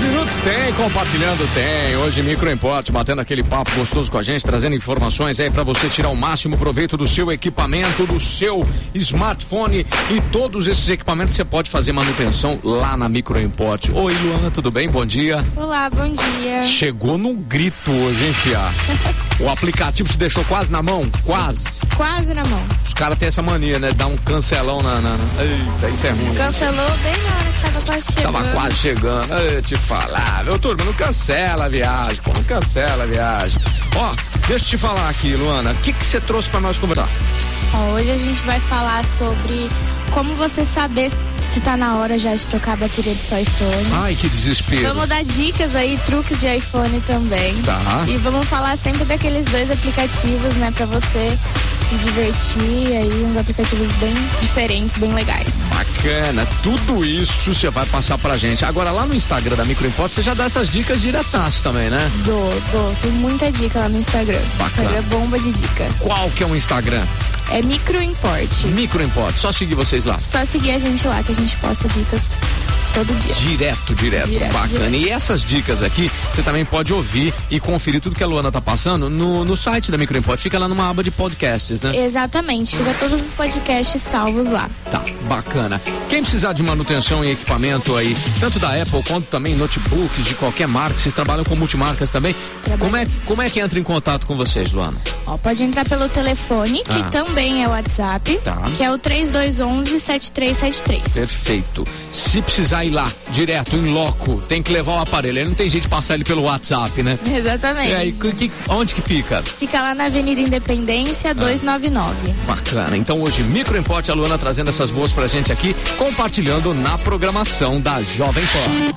minutos? Tem, compartilhando tem. Hoje Micro Import, batendo aquele papo gostoso com a gente, trazendo informações aí para você tirar o máximo proveito do seu equipamento, do seu smartphone e todos esses equipamentos você pode fazer manutenção lá na Micro Import. Oi, Luana, tudo bem? Bom dia. Olá, bom dia. Chegou num grito hoje, hein, Fia? o aplicativo te deixou quase na mão? Quase. Quase na mão. Os caras têm essa mania, né? Dá um cancelão na, na, na. Eita, isso é ruim. Cancelou bem na hora que tava quase chegando. Tava quase chegando. Eu te falar. Meu turma, não cancela a viagem, pô, não cancela a viagem. Ó, deixa eu te falar aqui, Luana, o que que você trouxe pra nós conversar? Ó, hoje a gente vai falar sobre como você saber se tá na hora já de trocar a bateria do seu iPhone. Ai, que desespero. Vamos dar dicas aí, truques de iPhone também. Tá. E vamos falar sempre daqueles dois aplicativos, né, pra você se divertir aí, uns aplicativos bem diferentes, bem legais. Bacana, tudo isso você vai passar pra gente. Agora, lá no Instagram da Microimport, você já dá essas dicas diretaço também, né? Dou, dou, tem muita dica lá no Instagram. Bacana. Instagram é bomba de dica. Qual que é o Instagram? É microimporte. Microimport, só seguir vocês lá. Só seguir a gente lá que a gente posta dicas todo dia. Direto, direto, Direto, bacana. direto. E essas dicas aqui, você também pode ouvir e conferir tudo que a Luana tá passando no, no site da Microimport. Fica lá numa aba de podcasts, né? Exatamente, fica todos os podcasts salvos lá. Tá, bacana. Quem precisar de manutenção e equipamento aí, tanto da Apple quanto também notebooks de qualquer marca, vocês trabalham com multimarcas também. Como é, como é que entra em contato com vocês, Luana? Ó, pode entrar pelo telefone, que Ah. também é o WhatsApp, Tá. que é o 3211-7373. Perfeito. Se precisar ir lá, direto, em loco, tem que levar o aparelho. Aí não tem jeito de passar ele pelo WhatsApp, né? Exatamente. E aí, cu- que- onde que fica? Fica lá na Avenida Independência Ah. 299. Bacana. Então hoje, Micro Import, a Luana trazendo essas boas pra gente aqui, compartilhando na programação da Jovem Pan.